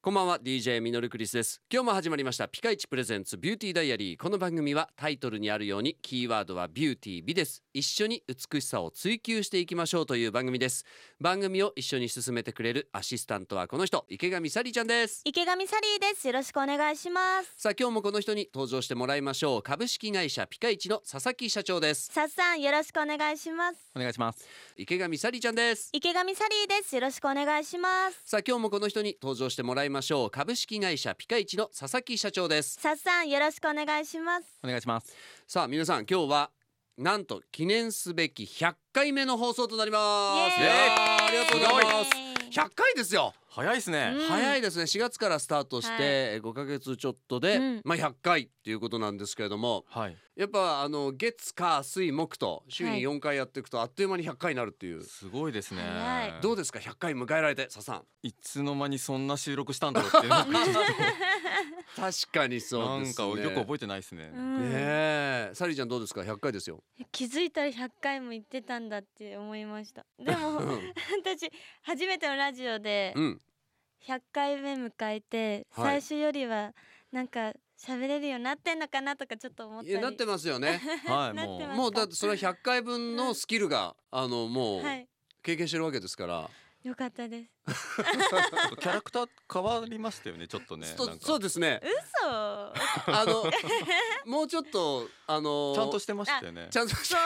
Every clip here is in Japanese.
こんばんは DJ ミノルクリスです今日も始まりましたピカイチプレゼンツビューティーダイアリーこの番組はタイトルにあるようにキーワードはビューティー美です一緒に美しさを追求していきましょうという番組です番組を一緒に進めてくれるアシスタントはこの人池上サリーちゃんです池上サリーですよろしくお願いしますさあ今日もこの人に登場してもらいましょう株式会社ピカイチの佐々木社長ですさっさんよろしくお願いしますお願いします。池上サリーちゃんです池上サリーですよろしくお願いしますさあ今日もこの人に登場してもらいましょう株式会社ピカイチの佐々木社長ですさっさんよろしくお願いしますお願いします。さあ皆さん今日はなんと記念すべき100回目の放送となりますイエーイいやーありがとうございます100回ですよ、早いですね。うん早いですね4月からスタートしてはいえー5ヶ月ちょっとで、うんまあ100回っていうことなんですけれどもはい。やっぱあの月火水木と週はにい4回やっていくとあっという間に100回になるっていう、すごいですね早い。どうですか100回迎えられて佐 さんいつの間にそんな収録したんだろうっていうのが確かにそなうでんすかねよく覚えてないですね。うんねえサリーちゃんどうですか100回ですよ気づいたら100回も言ってたんだって思いま したでうもん私初めてのラジオでうん100回目迎えてはい最初よりはなんか喋れるようになってんのかなとかちょっと思ったいやなっりてますよねはい、なっもてうま。すもうだってそれは100回分のスキルが、あのもうはい経験してるわけですから、よかったですキャラクター変わりましたよね、ちょっとね。そなんかそうです ね嘘あの もうちょっとあのちゃんとしてましたよねち。ゃんとしそうい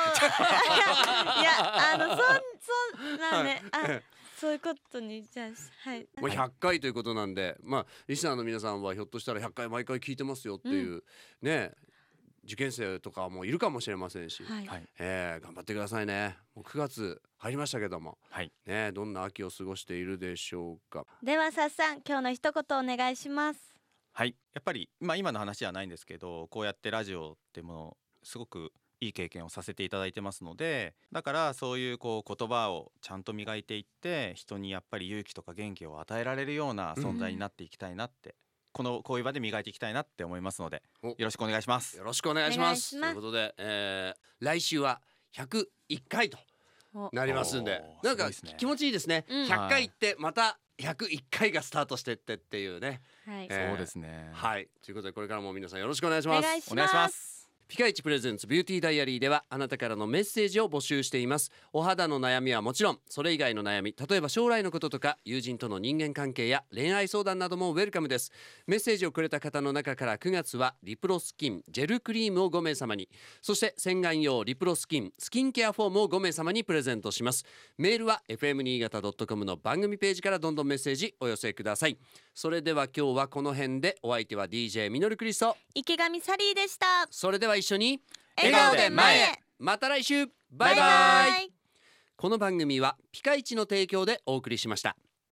やあのそんそんなんね、あそういうことにじゃあはい もう100回ということなんでまあリスナーの皆さんはひょっとしたら100回毎回聞いてますよっていう、ね受験生とかもいるかもしれませんし、はい、はい。えー頑張ってくださいねもう9月入りましたけども、はいねどんな秋を過ごしているでしょうかではさっさん今日の一言お願いしますはい。やっぱり、まあ、今の話じゃないんですけど、こうやってラジオってもの、すごく。いい経験をさせていただいてますのでだからそういうこう言葉をちゃんと磨いていって人にやっぱり勇気とか元気を与えられるような存在になっていきたいなって、このこういう場で磨いていきたいなって思いますのでおよろしくお願いしますよろしくお願いしまお願いすしますということで、えー来週は101回となりますんでおーなんか、すごいっすね気持ちいいですね、うん100回行ってまた101回がスタートしてってっていうねはいえーそうですね。はいということでこれからも皆さんよろしくお願いしおます願いしお願いしまますす。ピカイチプレゼンツビューティーダイアリーではあなたからのメッセージを募集していますお肌の悩みはもちろんそれ以外の悩み例えば将来のこととか友人との人間関係や恋愛相談などもウェルカムですメッセージをくれた方の中から9月はリプロスキンジェルクリームを5名様にそして洗顔用リプロスキンスキンケアフォームを5名様にプレゼントしますメールは fm 新潟 .com の番組ページからどんどんメッセージお寄せくださいそれでは今日はこの辺でお相手は DJ ミノルクリスト池上サリーでしたそれでは一緒に笑顔で前へまた来週バイバイバイバイこの番組はピカイチの提供でお送りしました